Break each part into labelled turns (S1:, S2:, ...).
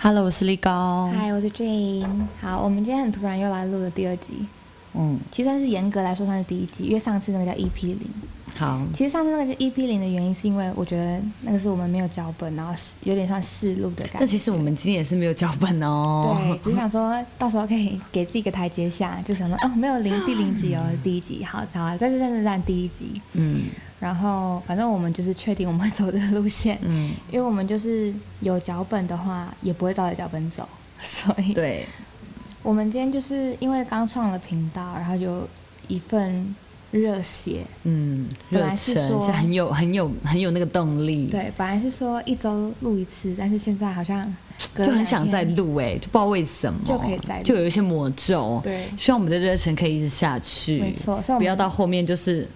S1: Hello，我是力高。
S2: 嗨，我是 Jane。好，我们今天很突然又来录了第二集，
S1: 嗯，
S2: 其实算是严格来说算是第一集，因为上次那个叫 EP 零。
S1: 好，
S2: 其实上次那个就 EP 零的原因，是因为我觉得那个是我们没有脚本，然后是有点像试录的感
S1: 但
S2: 觉。
S1: 其实我们今天也是没有脚本哦。
S2: 对，只是想说到时候可以给自己一个台阶下，就想说哦，没有零第零集哦，第一集好，好，再次再次再第一集。
S1: 嗯
S2: 然后反正我们就是确定我们 会走这个路线，
S1: 嗯，
S2: 因为我们就是有脚本的话，也不会照着脚本走，所以
S1: 对，
S2: 我们今天就是因为刚创了频道，然后有一份热血，
S1: 嗯，
S2: 本
S1: 热
S2: 来是
S1: 忱
S2: 说
S1: 是很有很有很有那个动力，，
S2: 对，本来是说一周录一次，但是现在好像隔
S1: 就很
S2: 两
S1: 想再
S2: 天。
S1: 录哎，就不知道为什么，
S2: 就可以再录
S1: 就有一些魔咒。
S2: 对，
S1: 希望我们的热忱可以一直下去，
S2: 没错所以我们
S1: 不要到后面就是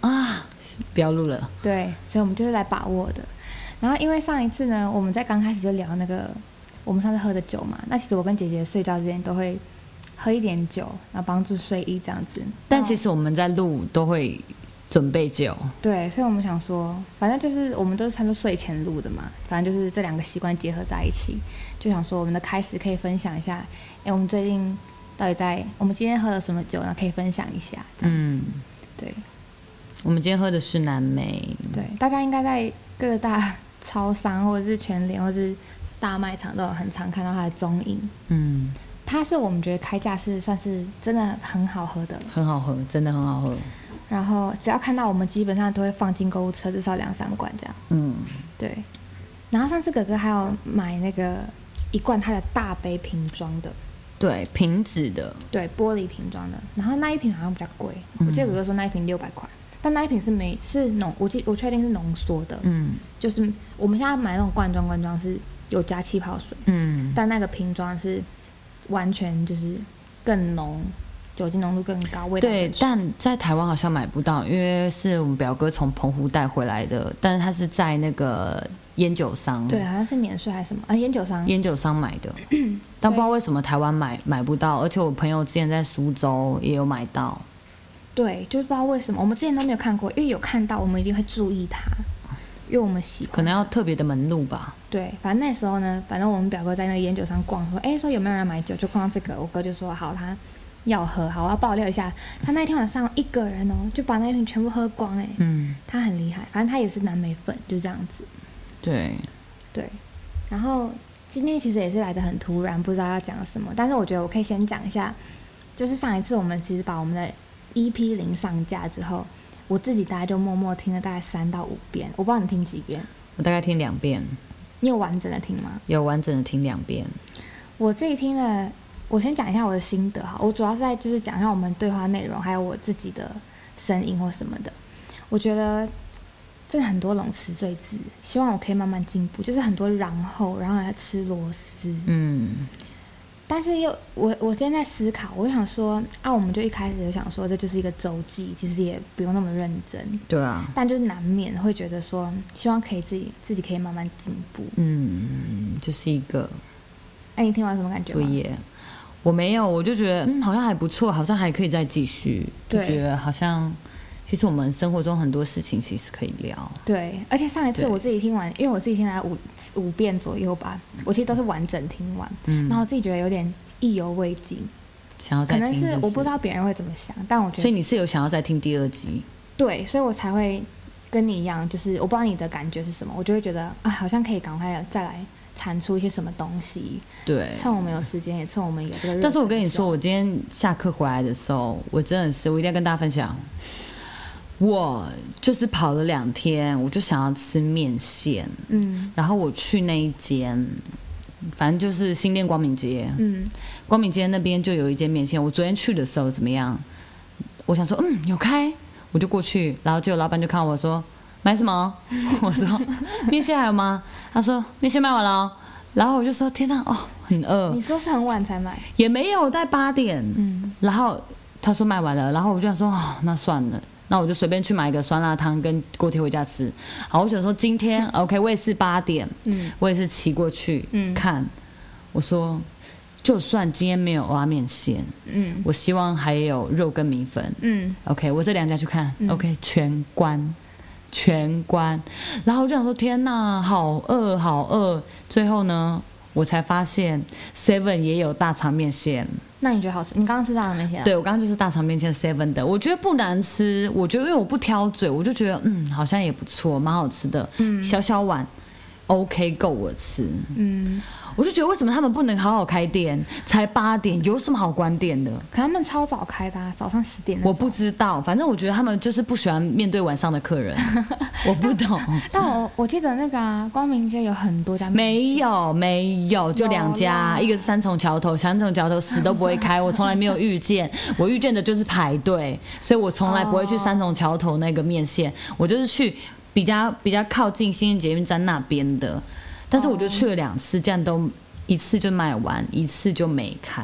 S1: 啊，不要录了，
S2: 对，所以我们就是来把握的。然后因为上一次呢，我们在刚开始就聊那个我们上次喝的酒嘛，那其实我跟姐姐睡觉之前都会喝一点酒，然后帮助睡意这样子。
S1: 但
S2: 那
S1: 其实我们在录都会准备酒，
S2: 对，所以我们想说，反正就是我们都是差不多睡前录的嘛，反正就是这两个习惯结合在一起，就想说我们的开始可以分享一下，哎，我们最近到底在我们今天喝了什么酒，然后可以分享一下，这样子。
S1: 嗯，
S2: 对
S1: 我们今天喝的是蓝莓，
S2: 对，大家应该在各大超商或者是全联或者是大卖场都有很常看到它的踪影，
S1: 嗯，
S2: 它是我们觉得开价是算是真的很好喝的了，
S1: 很好喝，真的很好喝，
S2: 然后只要看到我们基本上都会放进购物车，至少两三罐这样。
S1: 嗯。
S2: 对，然后上次哥哥还有买那个一罐他的大杯瓶装的，
S1: 对，瓶子的，
S2: 对，玻璃瓶装的。然后那一瓶好像比较贵，
S1: 嗯
S2: 我记得哥哥说那一瓶六百块，但那一瓶是没是浓，我记我确定是浓缩的，
S1: 嗯
S2: 就是我们现在买那种罐装罐装是有加气泡水，
S1: 嗯，
S2: 但那个瓶装是完全就是更浓，酒精浓度更高，味道
S1: 对
S2: 更，重
S1: 但在台湾好像买不到，因为是我们表哥从澎湖带回来的，但是他是在那个烟酒商，
S2: 对，啊好像是免税还是什么啊？烟酒商
S1: 烟酒商买 的，但不知道为什么台湾买买不到，而且我朋友之前在苏州也有买到，
S2: 对，就是不知道为什么我们之前都没有看过，因为有看到我们一定会注意它，因为我们喜欢。
S1: 可能要特别的门路吧，
S2: 对，反正那时候呢，反正我们表哥在那个烟酒商逛，说，哎，说有没有人买酒，就碰到这个，我哥就说好，他要喝，好，我要爆料一下，他那天晚上一个人哦，就把那一瓶全部喝光，哎，
S1: 嗯，
S2: 他很厉害，反正他也是南美粉，就这样子，
S1: 对，
S2: 对，然后今天其实也是来的很突然，不知道要讲什么，但是我觉得我可以先讲一下，就是上一次我们其实把我们的 EP 零上架之后，我自己大概就默默听了大概三到五遍，我不知道你听几遍，
S1: 我大概听两遍，
S2: 你有完整的听吗？
S1: 有完整的听两遍，
S2: 我自己听了，我先讲一下我的心得哈。我主要是在就是讲一下我们对话内容，还有我自己的声音或什么的。我觉得真的很多冗词赘字，希望我可以慢慢进步。就是很多然后，然后还吃螺丝，
S1: 嗯
S2: 但是又我我今天在思考，我就想说啊，我们就一开始就想说这就是一个周记，其实也不用那么认真，
S1: 对啊，
S2: 但就是难免会觉得说，希望可以自己自己可以慢慢进步。
S1: 嗯，就是一个
S2: 哎、你听完什么感觉
S1: 作
S2: 吗？
S1: 业。我没有，我就觉得嗯，好像还不错，好像还可以再继续，就
S2: 对
S1: 觉得好像其实我们生活中很多事情其实可以聊，
S2: 对，而且上一次
S1: 对
S2: 我自己听完，因为我自己听了五五遍左右吧，我其实都是完整听完，
S1: 嗯
S2: 然后我自己觉得有点意犹未尽，
S1: 想要
S2: 可
S1: 再听
S2: 能
S1: 是
S2: 是我不知
S1: 道，
S2: 道别人会怎么想，但我觉
S1: 所以
S2: 得
S1: 你是有想要再听第二集，
S2: 对，所以我才会跟你一样，就是我不知道你的感觉是什么，我就会觉得啊，好像可以赶快再来产出一些什么东西，
S1: 对。
S2: 趁我们有时间，也趁我们有这个热忱的时候。
S1: 但是我跟你说，我今天下课回来的时候，我真的是，我一定要跟大家分享，我就是跑了两天，我就想要吃面线，
S2: 嗯
S1: 然后我去那一间，反正就是新店光明街，
S2: 嗯，
S1: 光明街那边就有一间面线，我昨天去的时候怎么样？我想说，嗯，有开，我就过去，然后结果老板就看我说买什么？ 我说面线还有吗？他说面线卖完了哦、然后我就说天哪，哦，很饿
S2: 嗯你，都是很晚才买，
S1: 也没有在八点。
S2: 嗯
S1: 然后他说卖完了，然后我就想说，哦，那算了。那我就随便去买一个酸辣汤跟锅贴回家吃。好，我想说今天 OK，我也是八点，
S2: 嗯
S1: 我也是骑过去
S2: 嗯
S1: 看。我说，就算今天没有蚵仔面线，
S2: 嗯
S1: 我希望还有肉跟米粉。
S2: 嗯，
S1: OK，我这两家去看、o k 全关，全关。然后我就想说，天呐，好饿，好饿。最后呢，我才发现 Seven 也有大肠面线。
S2: 那你觉得好吃？你刚刚吃到了没？现在
S1: 对，我刚刚就是大肠面线 Seven 的，我觉得不难吃，我觉得因为我不挑嘴，我就觉得嗯，好像也不错，蛮好吃的，嗯，小小碗 OK 够我吃，
S2: 嗯，
S1: 我就觉得为什么他们不能好好开店？才八点，有什么好关店 的？
S2: 可他们超早开的、啊，早上十点。
S1: 我不，知道，反正我觉得他们就是不喜欢面对晚上的客人， 我不懂。
S2: 但我我记得那个啊，光明街有很多家面
S1: 没有，没有，就两家，一个是三重桥头，三重桥头死都不会开，我从来没有遇见，我遇见的就是排队，所以我从来不会去三重桥头那个面线，我就是去比较比较靠近新店捷运站那边的，但是我就去了两次，这样都一次就卖完，一次就没开，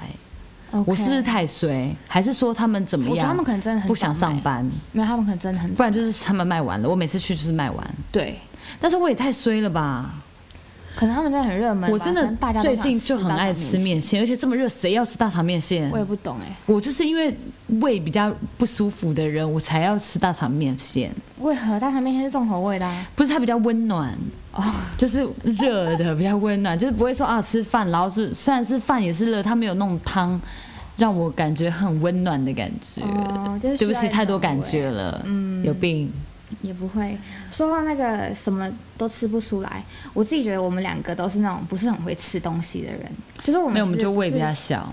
S2: o k
S1: 我是不是？太衰？还是说他们怎么
S2: 我觉得他
S1: 样
S2: 们？可能真的很
S1: 不想
S2: 早卖
S1: 上，班，
S2: 没有，他们可能真的很早
S1: 不然就是他们卖完了。我每次去就是卖完，
S2: 对，
S1: 但是我也太衰了吧！
S2: 可能他们真的很热门吧。
S1: 我真的
S2: 可能大家都
S1: 最
S2: 想
S1: 近就很爱吃
S2: 大肠
S1: 面线，而且这么热，谁要吃大肠面线
S2: 线，我？也不懂哎、
S1: 我就是因为胃比较不舒服的人，我才要吃大肠面线。
S2: 为何大肠面线是重口味的、啊？
S1: 不是它比较温暖，
S2: 哦
S1: 就是热的比较温暖，就是不会说啊吃饭，然后是虽然是饭也是热，它没有那种汤，让我感觉很温暖的感觉。
S2: 哦，就是需
S1: 对不
S2: 要
S1: 起，
S2: 一
S1: 太多
S2: 种
S1: 感
S2: 味
S1: 觉了，
S2: 嗯
S1: 有病。
S2: 也不会说到那个什么都吃不出来。我自己觉得我们两个都是那种不是很会吃东西的人，就是我们
S1: 没有，我们
S2: 是
S1: 就胃
S2: 不
S1: 比
S2: 是
S1: 较小。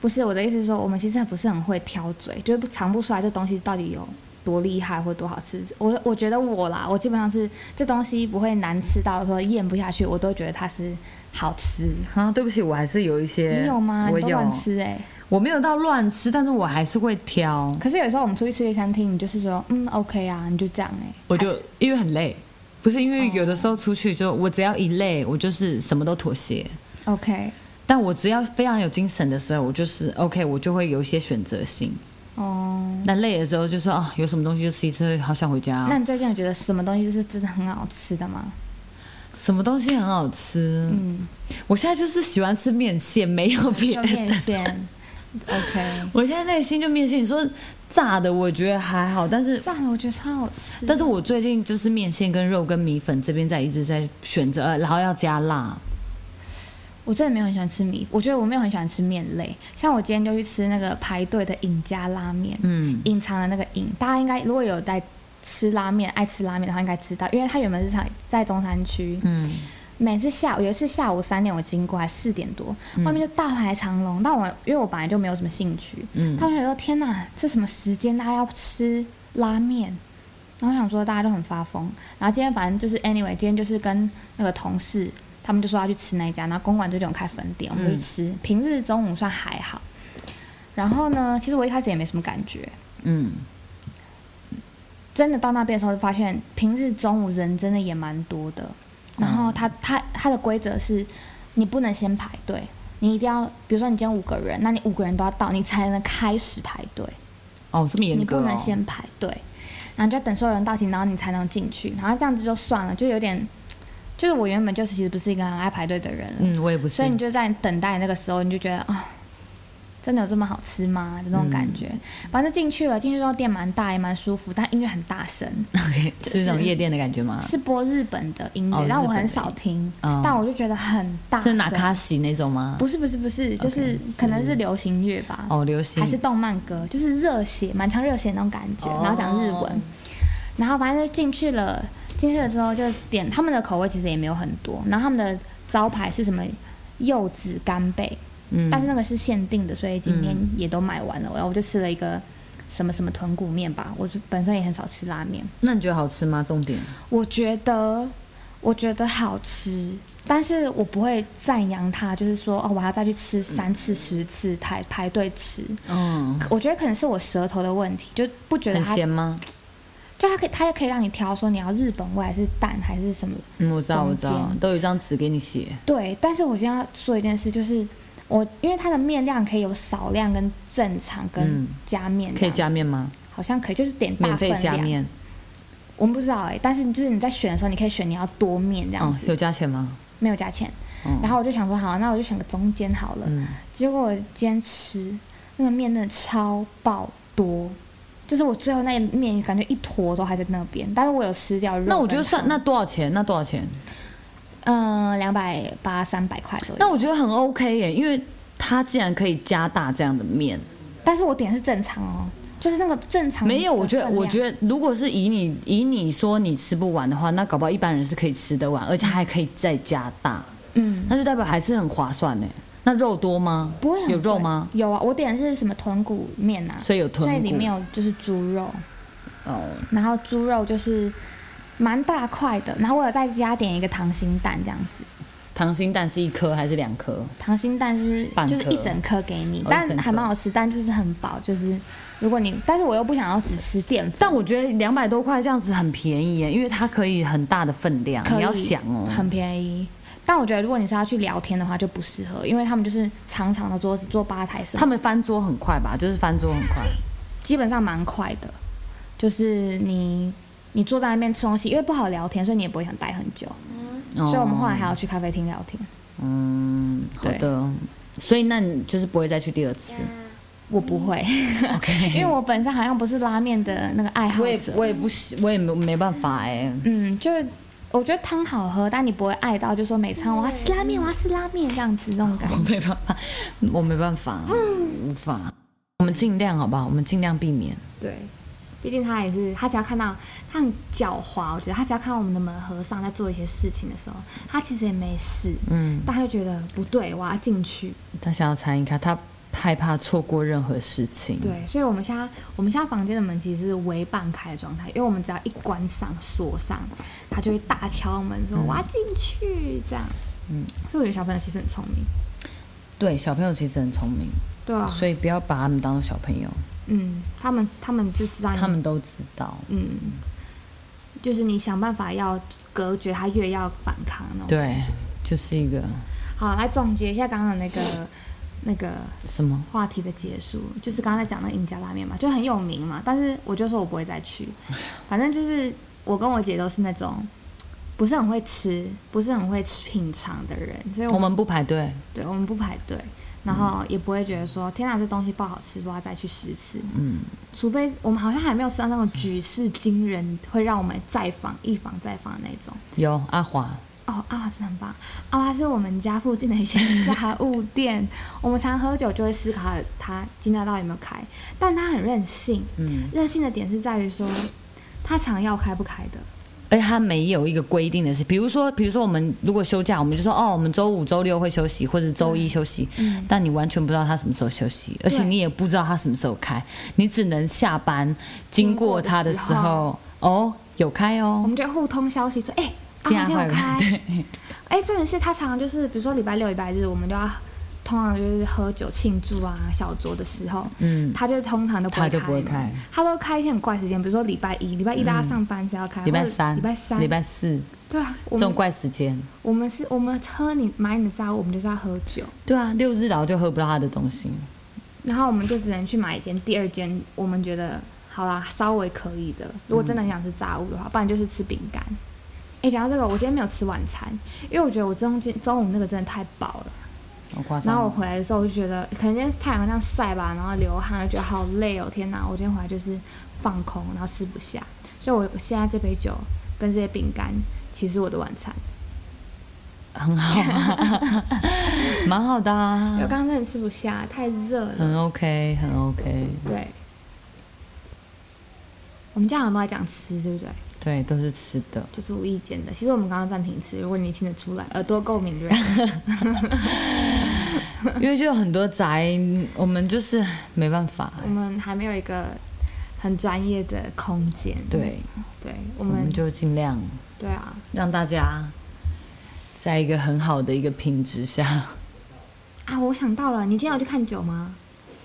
S2: 不是我的意思是说，我们其实不是很会挑嘴，就是不尝不出来这东西到底有多厉害或多好吃。我我觉得我啦，我基本上是这东西不会难吃到说咽不下去，我都觉得它是好吃。
S1: 啊，对不起，我还是有一些。
S2: 你有吗？
S1: 我
S2: 你都
S1: 有
S2: 乱，吃哎、
S1: 我没有到乱吃，但是我还是会挑。
S2: 可是有时候我们出去吃一个餐厅，你就是说嗯 OK 啊，你就这样哎、
S1: 我
S2: 还哦
S1: 就是因为很累，不是因为有的时候出去就我只要一累，我就是什么都妥协。
S2: 欸 OK
S1: 但我只要非常有精神的时候，我就是 OK，我就会有一些选择性。
S2: 哦、
S1: 那累的时候就说啊，有什么东西就吃一吃，好想回家哦。
S2: 那你最近有觉得什么东西就是真的很好吃的吗？
S1: 什么东西很好吃？
S2: 嗯，
S1: 我现在就是喜欢吃面线，没有别
S2: 就
S1: 的。
S2: 面线。OK，
S1: 我现在内心就面线，你说炸的我觉得还好，但是
S2: 算了，我觉得超好吃。
S1: 但是我最近就是面线跟肉跟米粉这边在一直在选择，呃然后要加辣。
S2: 我真的没有很喜欢吃米，我觉得我没有很喜欢吃面类。像我今天就去吃那个排队的尹家拉面，
S1: 嗯，
S2: 隐藏的那个隐，大家应该如果有在吃拉面、爱吃拉面的话，应该知道，因为它原本是在在中山区，
S1: 嗯，
S2: 每次下午有一次下午三点我经过，还四点多，外面就大排长龙。但我因为我本来就没有什么兴趣，
S1: 嗯
S2: 他们就说：“天哪，这什么时间大家要吃拉面？”然后我想说大家都很发疯。然后今天反正就是 anyway，今天就是跟那个同事，他们就说要去吃那一家。然后公馆最近有开分店，我们就去吃。平日中午算还好。然后呢，其实我一开始也没什么感觉，
S1: 嗯，
S2: 真的到那边的时候，就发现平日中午人真的也蛮多的。然
S1: 嗯
S2: 后他他他的规则是，你不能先排队，你一定要，比如说你今天五个人，那你五个人都要到，你才能开始排队，
S1: 哦，这么严
S2: 你
S1: 格、
S2: 不
S1: 哦，
S2: 能先排队，然后就等所有人到齐，然后你才能进去。然后这样子就算了，就有点，就是我原本就是其实不是一个很爱排队的人了，
S1: 嗯，我也不是
S2: 所以。你就在等待那个时候，你就觉得啊、真的有这么好吃吗？的
S1: 嗯
S2: 那种感觉。反正进去了，进去之后店蛮大，也蛮舒服，但音乐很大声，
S1: OK，
S2: 就是
S1: 是那种夜店的感觉吗？
S2: 是播日本的音
S1: 啊哦
S2: 乐，但我
S1: 日本的
S2: 很少听，
S1: 哦
S2: 但我就觉得很大
S1: 是
S2: 声。
S1: 拿卡西那种吗？
S2: 不是不是不是，就是
S1: OK，
S2: 可能是流行乐吧，
S1: 哦，流行
S2: 还是动漫歌，就是热血，蛮强热血那种感觉，
S1: 哦
S2: 然后讲日文，然后反正就进去了，进去了之后就点他们的口味其实也没有很多，然后他们的招牌是什么柚子干贝，
S1: 嗯
S2: 但是那个是限定的，所以今天也都买完了，然后我就吃了一个什么什么豚骨面吧，我就本身也很少吃拉面，
S1: 那你觉得好吃吗？重点
S2: 我觉得，我觉得好吃，但是我不会赞扬它，就是说哦，我还要再去吃三次、十次才排队吃。
S1: 嗯，
S2: 我觉得可能是我舌头的问题，就不觉得
S1: 很
S2: 它，
S1: 咸吗？
S2: 就它可以，它也可以让你挑说你要日本味还是淡还是什么。
S1: 嗯，我知道，我知道
S2: 中，间
S1: 都有一张纸给你写。
S2: 对，但是我现在要说一件事，就是我因为它的面量可以有少量跟正常跟
S1: 嗯
S2: 加面、啊
S1: 可以加，面吗？
S2: 好像可以，就是点大
S1: 免
S2: 份
S1: 费加
S2: 量。
S1: 面
S2: 我们不知道哎、但是就是你在选的时候，你可以选你要多面这
S1: 哦，
S2: 样子，
S1: 有加钱吗？
S2: 没有加钱。
S1: 嗯
S2: 然后我就想说，好，那我就选个中间好了。
S1: 嗯，
S2: 结果我今天吃那个面真的超爆多，就是我最后那一面感觉一坨都还在那边，但是我有吃掉肉跟汤。
S1: 那我觉得算那多少钱？那多少钱？呃
S2: 嗯，两百八、三百块左右。
S1: 那我觉得很 OK 耶，因为它既然可以加大这样的面，
S2: 但是我点是正常哦，就是那个正常的
S1: 没有，我觉得，
S2: 分量
S1: 我觉得，如果是以你以你说你吃不完的话，那搞不好一般人是可以吃得完，而且还可以再加大，
S2: 嗯，
S1: 那就代表还是很划算呢。那肉多吗？
S2: 不会很
S1: 有肉
S2: 贵
S1: 吗？
S2: 有啊，我点的是什么豚骨面啊，
S1: 所以有豚
S2: 所
S1: 骨，
S2: 以里面有就是猪肉，
S1: 哦，
S2: 然后猪肉就是蛮大块的，然后我有再加点一个溏心蛋这样子，
S1: 溏心蛋是一颗还是两颗？
S2: 溏心蛋是
S1: 半
S2: 就是
S1: 颗
S2: 一整颗给你
S1: 哦，一
S2: 但
S1: 整颗
S2: 还蛮好吃，但就是很饱，就是如果你，但是我又不想要只吃淀粉，
S1: 但我觉得两百多块这样子很便宜耶，因为它可以很大的分量，
S2: 可以
S1: 你要想哦，
S2: 很便宜。但我觉得，如果你是要去聊天的话，就不适合，因为他们就是长长的桌子坐吧台什么，
S1: 他们翻桌很快吧，就是翻桌很快，
S2: 基本上蛮快的。就是你你坐在那边吃东西，因为不好聊天，所以你也不会想待很久。
S1: 哦
S2: 所以我们后来还要去咖啡厅聊天。
S1: 嗯，好
S2: 对
S1: 的，所以那你就是不会再去第二次
S2: 我不会，
S1: 嗯，OK？
S2: 因为我本身好像不是拉面的那个爱好
S1: 我也
S2: 者。
S1: 我也不喜，我也没没办法哎、
S2: 嗯，就是我觉得汤好喝，但你不会爱到就说每餐我要吃拉面，我要吃拉面这样子那种感觉
S1: 我。没办法，我没办法，无法。我们尽量好不好？我们尽量避免。
S2: 对，毕竟他也是，他只要看到他很狡猾，我觉得他只要看到我们的门合上在做一些事情的时候，他其实也没事，
S1: 嗯，
S2: 但他就觉得不对，我要进去。
S1: 他想要参与他，他害怕错过任何事情。，
S2: 对，所以我们现在我们现在房间的门其实是微半开的状态，因为我们只要一关上锁上，他就会大敲门说、我要进去这样。
S1: 嗯，
S2: 所以我觉得小朋友其实很聪明。
S1: 对，小朋友其实很聪明，
S2: 对啊，
S1: 所以不要把他们当做小朋友，
S2: 嗯，他们他们就知道你
S1: 他们都知道。
S2: 嗯，就是你想办法要隔绝他，越要反抗那种。
S1: 对，就是一个
S2: 好，来总结一下刚刚的那个那个
S1: 什么？
S2: 话题的结束，就是刚刚在讲那个尹家拉面嘛，就很有名嘛，但是我就说我不会再去，反正就是我跟我姐都是那种不是很会吃，不是很会吃品尝的人，所以我
S1: 我
S2: 们
S1: 们不排队，
S2: 对我们不排队。然后也不会觉得说天哪，这东西不好吃，我要再去十次。
S1: 嗯，
S2: 除非我们好像还没有吃到那种举世惊人，会让我们再访一访再访的那种。
S1: 有阿华，
S2: 哦，阿华真的很棒。阿华是我们家附近的一些炸物店， 我们常喝酒就会思考他今天到底有没有开，但他很任性，
S1: 嗯，
S2: 任性的点是在于说他想要开不开的，
S1: 而且他没有一个规定的是，比如说，比如说我们如果休假，我们就说哦，我们周五、周六会休息，或者周一休息，
S2: 嗯，
S1: 但你完全不知道他什么时候休息，而且你也不知道他什么时候开，你只能下班经过他的时
S2: 经过
S1: 候，哦，有开
S2: 我
S1: 哦，
S2: 们就会互通消息说，哎、阿
S1: 这
S2: 华
S1: 样
S2: 今天
S1: 会
S2: 有开，
S1: 对，
S2: 哎、真的是他常常就是，比如说礼拜六、礼拜日，我们就要通常就是喝酒庆祝啊、小酌的时候，
S1: 嗯，
S2: 他就通常都不
S1: 他
S2: 会
S1: 就
S2: 开，
S1: 不会开，嗯
S2: 他都开一些很怪时间，比如说礼拜一、礼拜一大家上班才要开，
S1: 礼拜
S2: 或者
S1: 三、
S2: 哦礼拜三、
S1: 礼拜四
S2: 对啊，我
S1: 这种
S2: 们
S1: 怪时间，
S2: 我们是我们喝你买你的炸物，我们就是要喝酒，
S1: 对啊，六日老就喝不到他的东西，
S2: 然后我们就只能去买一间第二间，我们觉得好啦，稍微可以的。如果真的很想吃炸物的话，不然就是吃饼干。哎、讲到这个，我今天没有吃晚餐，因为我觉得我中间中午那个真的太饱了。
S1: 好夸
S2: 然后我
S1: 张。
S2: 回来的时候，我就觉得可能今天太阳这样晒吧，然后流汗，就觉得好累哦，天哪！我今天回来就是放空，然后吃不下，所以我现在这杯酒跟这些饼干，其实是我的晚餐。
S1: 很好 啊，蛮好的啊
S2: 我，刚刚真的吃不下，太热了。
S1: 很 OK，很 OK，
S2: 对，我们家好像都在讲吃，对不对？
S1: 对，都是吃的。
S2: 就是无意间的。其实我们刚刚暂停吃，如果你听得出来，耳朵 够敏锐。
S1: 因为就有很多宅，我们就是没办法。
S2: 我们还没有一个很专业的空间。
S1: 对，
S2: 对，
S1: 我
S2: 我们
S1: 们就尽量
S2: 对啊，
S1: 让大家在一个很好的一个品质 下。
S2: 啊，我想到了，你今天有去看酒吗？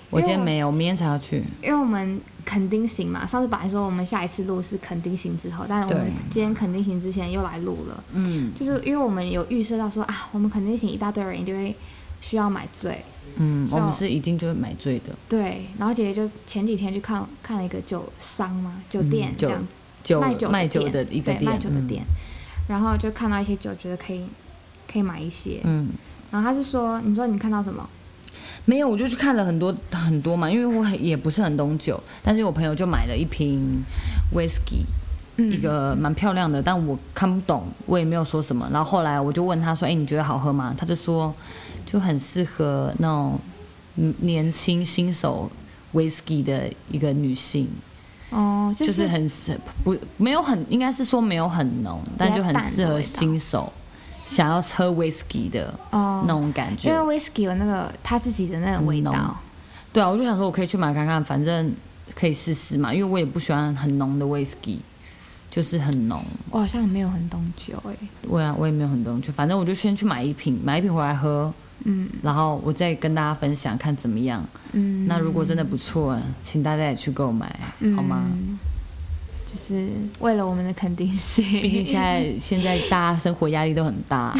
S1: 我今天没有，我明天才要去。
S2: 因为我们垦丁行嘛，上次本来说我们下一次录是垦丁行之后，但是我们
S1: 对
S2: 今天垦丁行之前又来录了，
S1: 嗯
S2: 就是因为我们有预设到说啊，我们垦丁行一大堆人一定会需要买醉，
S1: 嗯，
S2: So-
S1: 我们是一定就会买醉的，
S2: 对，然后姐姐就前几天去看看了一个酒商嘛，酒店
S1: 嗯
S2: 这
S1: 酒
S2: 样子，
S1: 酒
S2: 卖酒
S1: 卖
S2: 酒
S1: 酒的一个
S2: 对，卖酒的
S1: 嗯
S2: 店，然后就看到一些酒，觉得可以可以买一些，
S1: 嗯，
S2: 然后他是说，你说你看到什么？
S1: 没有，我就去看了很多很多嘛，因为我也不是很懂酒，但是我朋友就买了一瓶 whisky，一个蛮漂亮的，但我看不懂，我也没有说什么。然后后来我就问他说：“哎、你觉得好喝吗？”他就说：“就很适合那种嗯年轻新手 whisky 的一个女性，
S2: 哦，
S1: 就是、
S2: 是
S1: 很适不没有很应该是说没有很浓，但就很适合新手想要喝 whisky 的
S2: 哦
S1: 那，种感觉。
S2: 因为 whisky 有那个他自己的那个味
S1: 很浓
S2: 道，
S1: 对啊，我就想说我可以去买看看，反正可以试试嘛，因为我也不喜欢很浓的 whisky，就是很浓。
S2: 我好像没有很懂酒哎、
S1: 我啊，我也没有很多用去，反正我就先去买一瓶，买一瓶回来喝，
S2: 嗯
S1: 然后我再跟大家分享看怎么样。
S2: 嗯，
S1: 那如果真的不错，请大家也去购买，好吗？
S2: 嗯就是为了我们的肯定性，
S1: 毕竟现在现在大家生活压力都很大，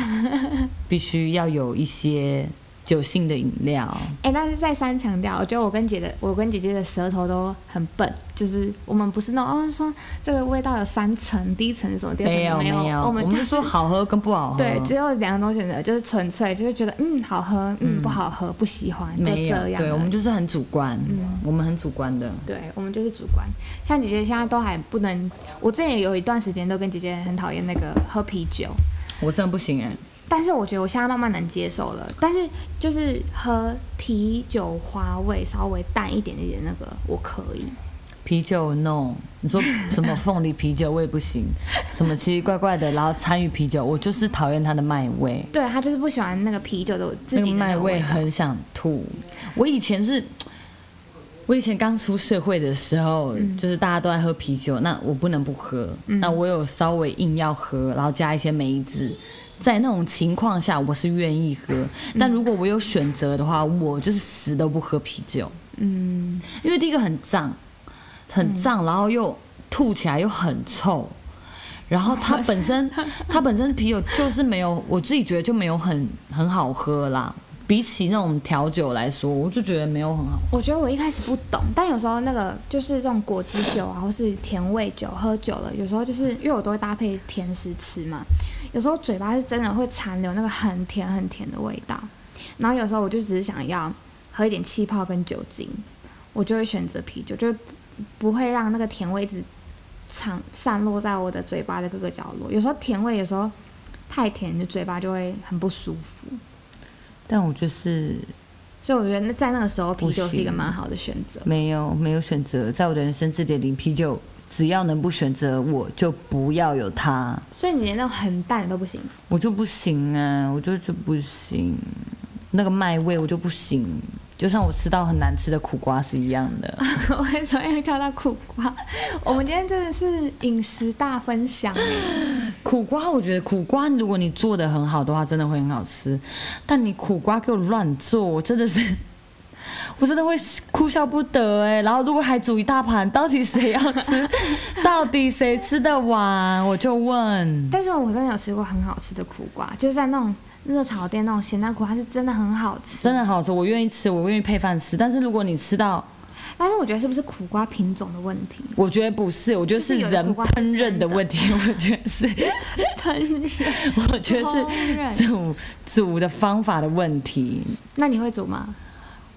S1: 必须要有一些酒性的饮料。
S2: 哎、但是再三强调，我觉得我跟姐的，我跟姐姐的舌头都很笨，就是我们不是那种哦说这个味道有三层，第一层是什么，第二层
S1: 没
S2: 是
S1: 有
S2: 没
S1: 有，
S2: 我
S1: 我
S2: 们
S1: 们
S2: 就
S1: 就是说好喝跟不好喝。
S2: 对，只有两种选择，就是纯粹就是觉得嗯好喝，嗯不好喝，不喜欢，就
S1: 没有
S2: 这，样。嗯
S1: 对我们。就是很主观，我们很主观的。
S2: 对，我们就是主观。像姐姐现在都还不能，我之前有一段时间都跟姐姐很讨厌那个喝啤酒，
S1: 我真的不行哎、
S2: 但是我觉得我现在慢慢能接受了。但是就是喝啤酒花味稍微淡一点点的那个，我可以。
S1: 啤酒 no，你说什么凤梨啤酒我也不行，什么奇奇怪怪的，然后参与啤酒，我就是讨厌它的麦味，
S2: 对他就是不喜欢那个啤酒的自
S1: 那
S2: 己
S1: 个
S2: 的那
S1: 麦
S2: 个
S1: 味
S2: 道
S1: 很想吐。我以前是，我以前刚出社会的时候，
S2: 嗯
S1: 就是大家都爱喝啤酒，那我不能不喝，那我有稍微硬要喝，然后加一些梅子。在那种情况下，我是愿意喝，但
S2: 嗯
S1: 如果我有选择的话，我就是死都不喝啤酒。
S2: 嗯
S1: 因为第一个很胀，很胀，然后又吐起来又很臭，然后它本身它本身啤酒就是没有，我自己觉得就没有很很好喝啦。比起那种调酒来说，我就觉得没有很好。
S2: 我觉得我一开始不懂，但有时候那个就是这种果汁酒啊，或是甜味酒，喝久了，有时候就是因为我都会搭配甜食吃嘛，有时候嘴巴是真的会残留那个很甜很甜的味道，然后有时候我就只是想要喝一点气泡跟酒精，我就会选择啤酒，就是不会让那个甜味一直散散落在我的嘴巴的各个角落。有时候甜味有时候太甜，就嘴巴就会很不舒服。
S1: 但我就是
S2: 所以我觉得那在那个时候，啤酒
S1: 不
S2: 是
S1: 行
S2: 一个蛮好的选择。
S1: 没有没有选择，在我的人生字典里，啤酒只要能不选择，我就不要有它，
S2: 所以你连那种很淡的都不行，
S1: 我就不行啊，我就是不行。那个麦味我就不行，就像我吃到很难吃的苦瓜是一样的。
S2: 为什么要跳到苦瓜？我们今天真的是饮食大分享哎，
S1: 苦瓜，我觉得苦瓜，如果你做的很好的话，真的会很好吃。但你苦瓜给我乱做，我真的是， 我真的会哭笑不得哎。然后如果还煮一大盘，到底谁要吃？到底谁吃得完？我就问。
S2: 但是我真的有吃过很好吃的苦瓜，就是在那种热炒店那种咸蛋苦瓜是真的很好吃。
S1: 真的好吃，我愿意吃，我愿意配饭吃。但是如果你吃到，
S2: 但是我觉得是不是苦瓜品种的问 题？
S1: 我觉得不是，我觉得是
S2: 就是有的
S1: 人
S2: 苦瓜是
S1: 烹饪的问题。我觉得是，
S2: 烹饪，
S1: 我觉得
S2: 烹饪
S1: 是煮煮的方法的问题。
S2: 那你会煮吗？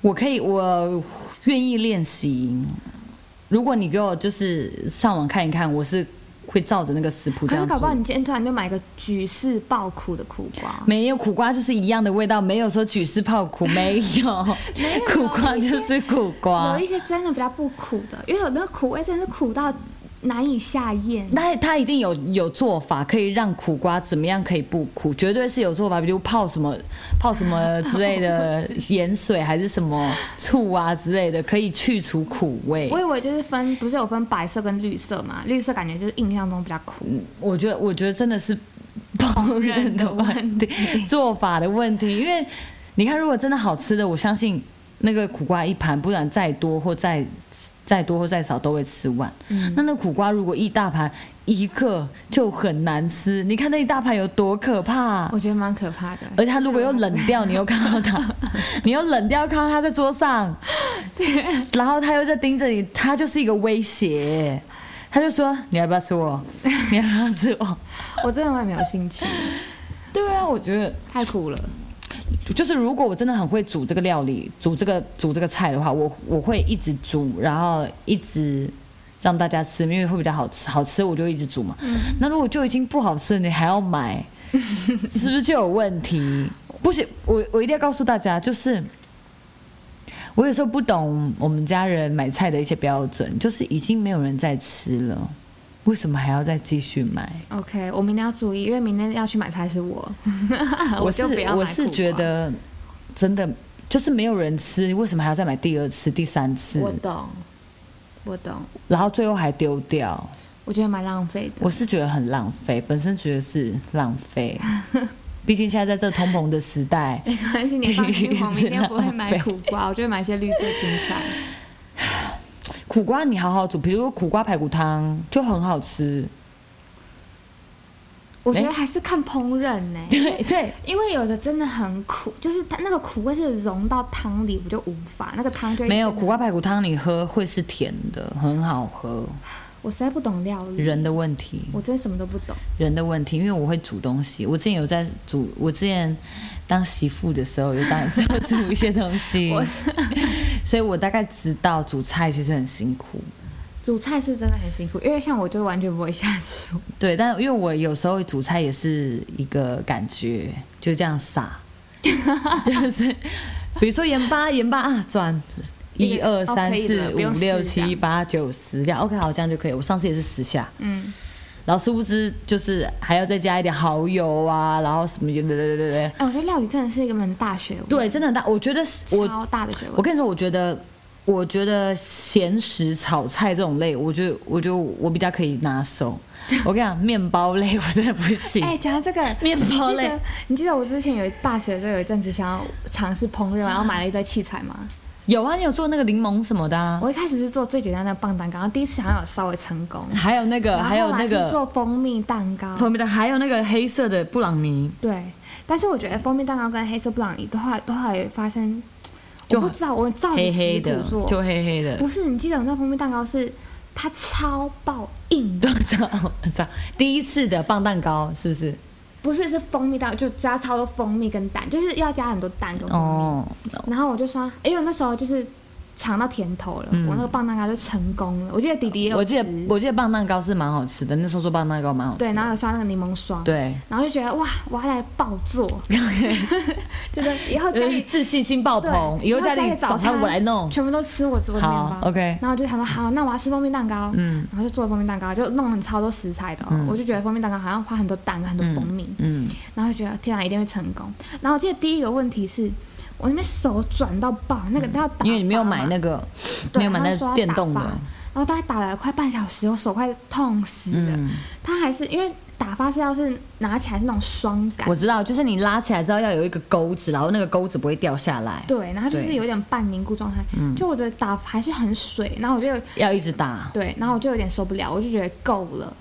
S1: 我可以，我愿意练习。如果你给我就是上网看一看，我是会照着那个食谱这
S2: 可是
S1: 样
S2: 搞不好
S1: 做。
S2: 你今天突然就买个举世爆苦的苦瓜，
S1: 没有苦瓜就是一样的味道，没有说举世泡苦，没有，苦瓜就是苦瓜
S2: 有啊一。些真的比较不苦的，因为有的苦味真的是苦到难以下咽。
S1: 那它一定有有做法可以让苦瓜怎么样可以不苦，绝对是有做法，比如泡什么泡什么之类的盐水还是什么醋啊之类的，可以去除苦味。
S2: 我以为就是分，不是有分白色跟绿色嘛？绿色感觉就是印象中比较苦。
S1: 我觉得，我觉得真的是烹饪的问题、做法的问题。因为你看，如果真的好吃的，我相信那个苦瓜一盘，不然再多或再再多或再少都会吃完。那那苦瓜如果一大盘一个就很难吃，你看那一大盘有多可怕、
S2: 我觉得蛮可怕的。
S1: 而且它如果又冷掉，你又看到 它，你又冷掉看到它在桌上，然后它又在盯着你，它就是一个威胁。他就说：“你要不要吃我？你要不要吃我？”
S2: 我真的完全没有兴趣，
S1: 对啊，我觉得
S2: 太苦了。
S1: 就是如果我真的很会煮这个料理，煮这个煮这个菜的话，我我会一直煮，然后一直让大家吃，因为会比较好吃，好吃我就一直煮嘛。那如果就已经不好吃了，你还要买，是不是就有问题？不行，我我一定要告诉大家，就是我有时候不懂我们家人买菜的一些标准，就是已经没有人在吃了，为什么还要再继续买？
S2: OK，我明天要注意，因为明天要去买菜是 我，
S1: 我是
S2: 就不要买
S1: 我是
S2: 苦瓜
S1: 觉得真的就是没有人吃，为什么还要再买第二次、第三次
S2: 我，懂，我懂，
S1: 然后最后还丢掉？
S2: 我觉得蛮浪费的。
S1: 我 是觉得很浪费，本身觉得是浪费。毕竟现在在这通膨的时 代，
S2: 没关系，你放 心，我明天不会
S1: 第
S2: 买
S1: 一次
S2: 苦瓜，我就会买一些绿色青菜。
S1: 苦瓜你好好煮，比如说苦瓜排骨汤就很好 吃。
S2: 我觉得还是看烹饪呢、
S1: 对对，
S2: 因为有的真的很苦，就是它那个苦味是融到汤里，我就无法，那个汤就
S1: 没有苦瓜排骨汤你喝会是甜的，很好喝。
S2: 我实在不懂料理，
S1: 人的问题，
S2: 我真的什么都不懂。
S1: 人的问题，因为我会煮东西。我之前有在煮，我之前当媳妇的时候有当 就煮一些东西， 所以我大概知道煮菜其实很辛苦。
S2: 煮菜是真的很辛苦，因为像我就完全不会下厨，
S1: 对，但因为我有时候煮菜也是一个感觉，就这样 撒，就是比如说盐巴，盐巴啊转。一
S2: 个
S1: 二
S2: 哦
S1: 三
S2: 可以
S1: 四
S2: 了
S1: 五
S2: 不用
S1: 六
S2: 试这样
S1: 七八九十，这样 OK 好，这样就可以。我上次也是十下，
S2: 嗯，
S1: 然后殊不知就是还要再加一点蚝油啊，然后什么对对对对对，
S2: 哎、我觉得料理真的是一个门大学问，
S1: 对，真的很大。我觉得是我，
S2: 超大的学问。
S1: 我跟你说，我觉得，我觉得咸食炒菜这种类，我觉得，我觉得我比较可以拿 手。我跟你讲，面包类我真的不行。
S2: 哎、讲到这个
S1: 面包
S2: 你记
S1: 类
S2: 得你记得我之前有一大学的时候有一阵子想要尝试烹饪，
S1: 啊
S2: 然后买了一堆器材嘛。
S1: 有啊，你有做那个柠檬什么的、啊，
S2: 我一开始是做最简单的棒蛋糕，然后第一次好像有稍微成功，
S1: 还有那个，呃还有
S2: 然后后来
S1: 那
S2: 是
S1: 个
S2: 做蜂蜜蛋糕，
S1: 蜂蜜的，还有那个黑色的布朗尼，
S2: 对。但是我觉得蜂蜜蛋糕跟黑色布朗尼都后来都后来有发生，
S1: 就
S2: 我不知道哦我照着
S1: 黑
S2: 食
S1: 黑
S2: 谱
S1: 的
S2: 做，，
S1: 就黑黑的。
S2: 不是你记得我那蜂蜜蛋糕是它超爆硬的，
S1: 我知道，我知道，第一次的棒蛋糕是不是？
S2: 不是是蜂蜜蛋糕，就加超多蜂蜜跟蛋，就是要加很多蛋跟蜂蜜。
S1: 哦，
S2: 然后我就说，因为我那时候就是尝到甜头了，
S1: 嗯
S2: 我那个棒蛋糕就成功了。我记得弟弟也有
S1: 我记得
S2: 吃
S1: 我记得棒蛋糕是蛮好吃的，那时候做棒蛋糕蛮好吃的。
S2: 对，然后有刷那个柠檬霜，，
S1: 对，
S2: 然后就觉得哇，我要来爆做， 觉得以后家
S1: 就是
S2: 里
S1: 自信心爆棚，
S2: 对
S1: 以后家
S2: 以后家
S1: 里
S2: 里早
S1: 早餐
S2: 餐
S1: 我来弄。
S2: 全部都吃我做的面
S1: 好
S2: 包。
S1: ，OK，
S2: 然后我就想说，好，那我要吃蜂蜜蛋糕，
S1: 嗯
S2: 然后就做蜂蜜蛋糕，就弄了超多食材的哦、
S1: 嗯
S2: 我就觉得蜂蜜蛋糕好像花很多蛋跟很多蜂蜜，
S1: 嗯，
S2: 然后就觉得天啊，一定会成功。然后我记得第一个问题是我那边手转到爆，那个要打发嘛，
S1: 嗯因为你没有买那个，
S2: 对
S1: 没有买
S2: 他
S1: 那
S2: 就说要
S1: 个电动
S2: 打
S1: 的
S2: 发，然后大概打了快半小时，我手快痛死了。
S1: 嗯，
S2: 它还是因为打发是要是拿起来是那种双杆
S1: 我，知道，就是你拉起来之后要有一个钩子，然后那个钩子不会掉下来，
S2: 对，然后就是
S1: 对嗯
S2: 有点半凝固状态，就我的打还是很水，然后我就有
S1: 要一直打
S2: 对，然后我就有点受不了，我就觉得够了，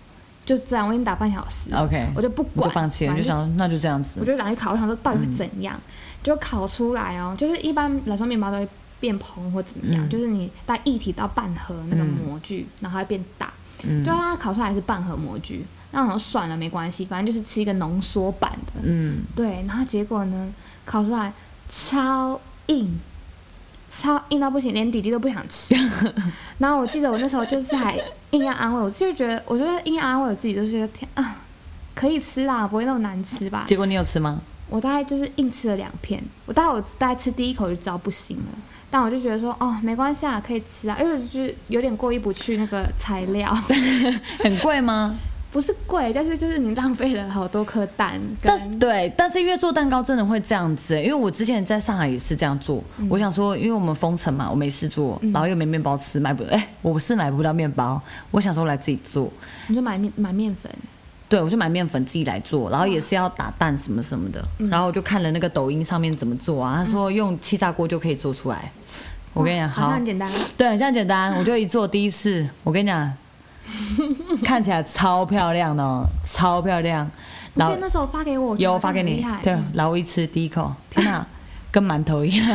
S2: 就这样，我已经打半小时了
S1: ，OK，
S2: 我就不
S1: 你就
S2: 管，
S1: 放弃了，
S2: 反
S1: 你就
S2: 正
S1: 想嗯说那就这样子，
S2: 我就拿去烤，我想说到底会怎样，就烤出来哦，就是一般来说面包都会变蓬或怎么样，
S1: 嗯
S2: 就是你带一体到半盒那个
S1: 嗯
S2: 模具，然后它会变大，
S1: 嗯
S2: 就它烤出来是半盒模具，那我想说算了没关系，反正就是吃一个浓缩版的，
S1: 嗯，
S2: 对，然后结果呢，烤出来超硬，超硬到不行，连弟弟都不想 吃。然后我记得我那时候就是还硬要安慰我，就觉得我就是硬要安慰我自己，就是觉得天啊，可以吃啦，不会那么难吃吧？
S1: 结果你有吃吗？
S2: 我大概就是硬吃了两片，我大概我大概吃第一口就知道不行了。但我就觉得说，哦，没关系啊，可以吃啊，因为就是有点过意不去那个材 料，
S1: 很贵吗？
S2: 不是贵，但是就是你浪费了好多颗蛋跟。
S1: 但是对，但是因为做蛋糕真的会这样子、因为我之前在上海也是这样做。嗯我想说，因为我们封城嘛，我没事做，然后又没面包吃，买不哎、我是买不到面包。我想说来自己做，
S2: 你就买面买面粉，
S1: 对我就买面粉自己来做，然后也是要打蛋什么什么的。
S2: 嗯
S1: 然后我就看了那个抖音上面怎么做啊，他说用气炸锅就可以做出来。我跟你讲，
S2: 好像
S1: 好
S2: 很，简单。
S1: 对，很像简单，我就一做第一次，我跟你讲， 看起来超漂亮的、哦，超漂亮。
S2: 我
S1: 然后
S2: 记得那时候发给我，我觉得
S1: 有发给
S2: 很厉
S1: 你
S2: 害，
S1: 对
S2: 嗯，
S1: 然后我一吃第一口，天哪，跟馒头一 样，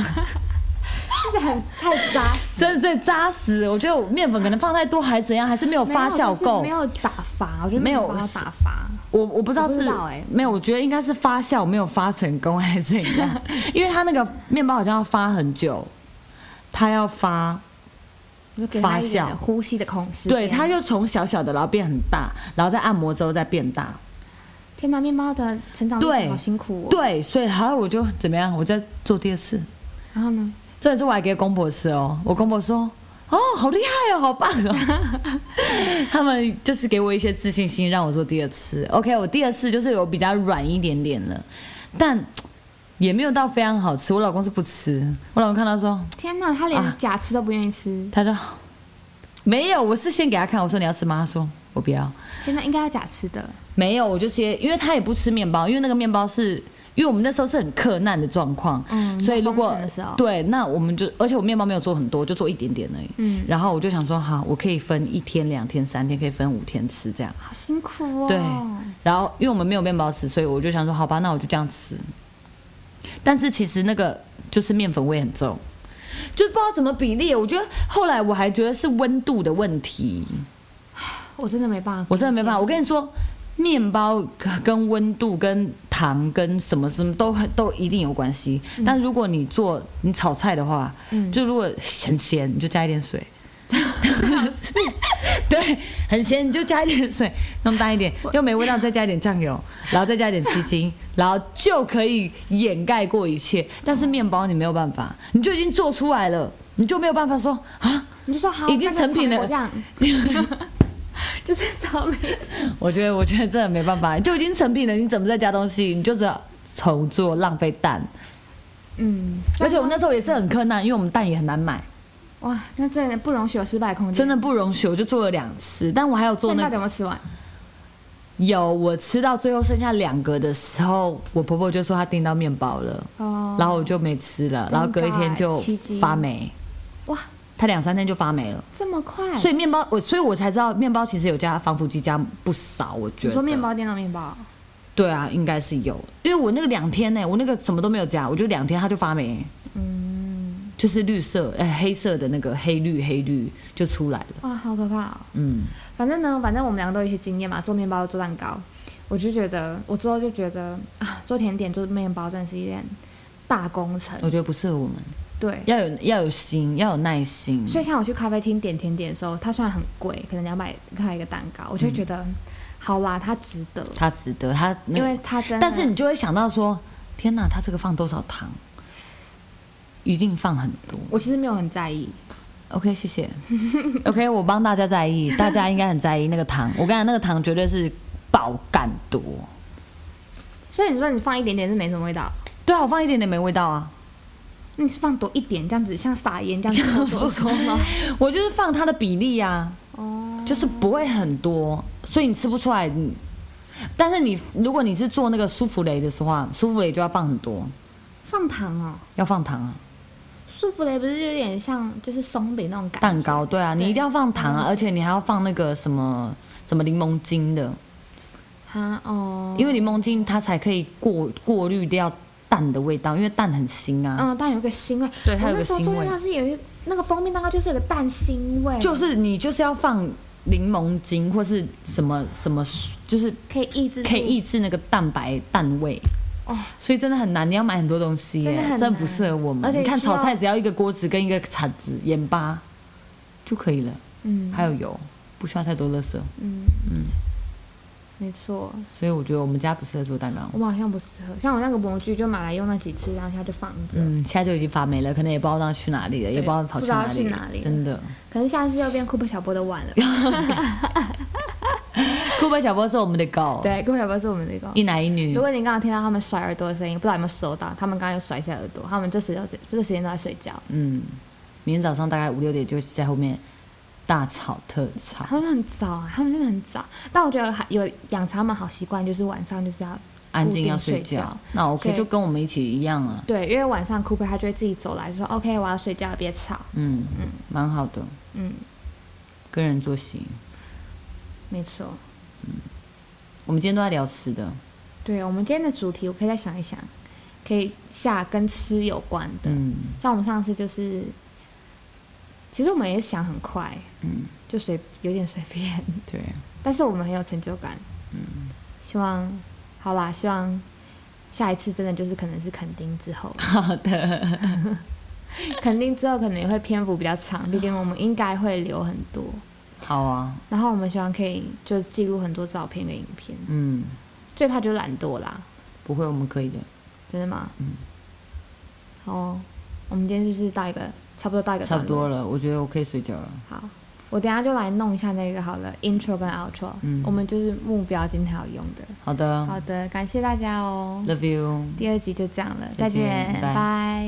S2: 真的很太扎实，
S1: 真的最扎实。我觉得我面粉可能放太多还是怎样，还是没有 发酵够
S2: 没。有就是没有打发，我觉得
S1: 没有
S2: 没有打发。
S1: 我我不知道
S2: 我不
S1: 是
S2: 知道欸
S1: 没有，我觉得应该是发酵没有发成功还是怎样，因为它那个面包好像要发很久，它要发
S2: 我就给他
S1: 发
S2: 一
S1: 酵
S2: 点呼吸的空隙。
S1: 对，
S2: 这样
S1: 它就从小小的，然后变很大，然后再按摩之后再变大。
S2: 天哪，面包的成长历
S1: 对
S2: 程好辛苦哦。
S1: 对，所以还有我就怎么样，我再做第二次。
S2: 然后呢？
S1: 这次我还给公婆吃哦，我公婆说。哦，好厉害哦，好棒哦！他们就是给我一些自信心，让我做第二次。OK，我第二次就是有比较软一点点了，但也没有到非常好吃。我老公是不吃，我老公看到说，
S2: 天哪，他
S1: 啊
S2: 连假吃都不愿意吃。
S1: 他说没有，我是先给他看，我说你要吃吗？他说我不要。
S2: 天哪，应该要假吃的。
S1: 没有，我就直接，因为他也不吃面包，因为那个面包是，因为我们那时候是很克难的状况，
S2: 嗯
S1: 所以如
S2: 那
S1: 果
S2: 封城的时候
S1: 对，那我们就，而且我面包没有做很多，就做一点点而已。
S2: 嗯，
S1: 然后我就想说，好，我可以分一天、两天、三天，可以分五天吃这样。
S2: 好辛苦哦。
S1: 对然后因为我们没有面包吃，所以我就想说，好吧，那我就这样吃。但是其实那个就是面粉味很重，就不知道怎么比例。我觉得后来我还觉得是温度的问题。
S2: 我真的没办法。
S1: 我真的没办法。我跟你说，面包跟温度、跟糖、跟什么什么都很都一定有关系。但如果你做你炒菜的话，
S2: 嗯
S1: 就如果很咸，你就加一点水。 对，很咸你就加一点水，弄淡一点，又没味道，再加一点酱油，然后再加一点鸡精，然后就可以掩盖过一切。但是面包你没有办法，你就已经做出来了，你就没有办法说啊，
S2: 你就说好，
S1: 已经成品了
S2: 我 这样，就是草莓。
S1: 我觉得，我觉得真的没办法，就 已经成品了，你怎么再加东西？你就只要重做，浪费蛋。
S2: 嗯，
S1: 而且我那时候也是很困难，因为我们蛋也很难买，
S2: 哇，那真的不容许有失败空间。
S1: 真的，不容许。我就做了两次，但我还有做
S2: 嗯现在
S1: 那
S2: 到底有
S1: 个
S2: 没有吃完？
S1: 有，我吃到最后剩下两个的时候，我婆婆就说她订到面包了，
S2: 哦，
S1: 然后我就没吃了，然后隔一天就
S2: 奇迹
S1: 发霉，
S2: 哇，
S1: 她两三天就发霉了。
S2: 这么快？
S1: 所以面包，我所以我才知道面包其实有加防腐剂加不少，我觉得。
S2: 你说面包店的面包，
S1: 对啊，应该是有，因为我那个两天呢、我那个什么都没有加，我就两天它就发霉、嗯，就是绿色，哎、黑色的那个黑绿黑绿就出来了，
S2: 哇，好可怕哦！
S1: 嗯，
S2: 反正呢，反正我们两个都有一些经验嘛，做面包、做蛋糕，我就觉得，我之后就觉得啊，做甜点、做面包真的是一件大工程。
S1: 我觉得不适合我们，
S2: 对，
S1: 嗯要有要有心，要有耐心，
S2: 所以像我去咖啡厅点甜点的时候，它虽然很贵，可能两百块一个蛋糕，我就会觉得、好啦，它值得，
S1: 它值得它、那
S2: 因
S1: 个
S2: 为它真的。
S1: 但是你就会想到说，天哪，它这个放多少糖？一定放很多。
S2: 我其实没有很在意，
S1: OK，谢 谢。OK，我帮大家在意，大家应该很在意那个糖。我跟你讲，那个糖绝对是爆干多。
S2: 所以你说你放一点点是没什么味道，
S1: 对啊，我放一点点没味道啊。
S2: 那你是放多一点这样子，像撒盐这样子多说吗？
S1: 我就是放它的比例啊，
S2: 哦，
S1: 就是不会很多，所以你吃不出来。你但是你如果你是做那个舒芙蕾的话，舒芙蕾就要放很多，
S2: 放糖哦，
S1: 要放糖啊，
S2: 舒芙蕾不是有点像就是松饼那种感觉？
S1: 蛋糕对啊，你
S2: 对
S1: 一定要放糖啊，而且你还要放那个什么什么柠檬精的，
S2: 哈哦，
S1: 因为柠檬精它才可以过过滤掉蛋的味道，因为蛋很腥啊。
S2: 嗯，但有一个腥味。
S1: 对它
S2: 我
S1: 有个
S2: 那时候
S1: 腥
S2: 做
S1: 味
S2: 面包是有一个那个蜂蜜蛋糕，就是有个蛋腥味，
S1: 就是你就是要放柠檬精或是什么什么，就是
S2: 可以抑制，
S1: 可以。抑制那个蛋白蛋味。
S2: 哦
S1: 所以真的很难，你要买很多东西耶
S2: 真的很难
S1: 不适合我们。
S2: 而且
S1: 你看
S2: 需要
S1: 炒菜，只要一个锅子跟一个铲子、盐巴就可以了，
S2: 嗯，
S1: 还有油，不需要太多垃圾。
S2: 嗯嗯，没错，
S1: 所以我觉得我们家不适合做蛋糕。
S2: 我们好像不适合。像我那个模具就买来用那几次，然后它就放着。
S1: 嗯，现在就已经发霉了，可能也不知道它去哪里了，也不知道跑去哪
S2: 不
S1: 里
S2: 知
S1: 了。
S2: 道去哪里了
S1: 真的，
S2: 可能下次又变酷派小波的碗了。
S1: 酷贝小波是我们的狗，，
S2: 对，酷派小波是我们那个。
S1: 一男一女
S2: 如。果你刚刚听到他们甩耳朵的声音，不知道有没有收到？他们刚刚又甩一下耳朵，他们这时候这这个时间都在睡觉，
S1: 嗯，明天早上大概五六点就在后面大吵特吵。
S2: 他们很早啊，他们真的很早。但我觉得还有养成他们好习惯，就是晚上就是要
S1: 安静
S2: 固定
S1: 要
S2: 睡
S1: 觉，那 OK
S2: 对
S1: 就跟我们一起一样啊，
S2: 对，因为晚上 Cooper 他就会自己走来说：“OK，我要睡觉，别吵。
S1: 嗯，蛮好的，”
S2: 嗯，
S1: 跟人作息。
S2: 没错。
S1: 我们今天都在聊吃的，
S2: 对我们今天的主题，我可以再想一想，可以下跟吃有关的。
S1: 嗯，
S2: 像我们上次就是，其实我们也想很快，
S1: 嗯，
S2: 就随有点随便，
S1: 对，
S2: 但是我们很有成就感。嗯，希望好 啦，希望下一次真的就是可能是垦丁之后。
S1: 好的， 哦
S2: 肯定之后可能也会篇幅比较长，毕竟我们应该会留很多。
S1: 好啊，
S2: 然后我们希望可以就记录很多照片跟影片，
S1: 嗯，
S2: 最怕就是懒惰啦，
S1: 不会，我们可以的，
S2: 真的吗？嗯。好哦、我们今天是不是到一个差不多到一个
S1: 差不多
S2: 了？
S1: 了，我觉得我可以睡觉了。
S2: 好，我等一下就来弄一下那个好了，intro 跟 outro，、
S1: 嗯哦
S2: 我们就是目标今天要用的。
S1: 好的
S2: 好的，感谢大家哦。
S1: l o v e you。
S2: 第二集就这样了，
S1: 再
S2: 再
S1: 见
S2: 见，
S1: 拜
S2: 拜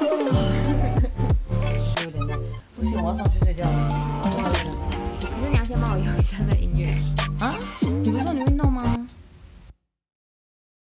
S1: 有点累，不行，我要上去睡觉了，我好累了
S2: 可是你要先帮我用一下那音乐。
S1: 啊。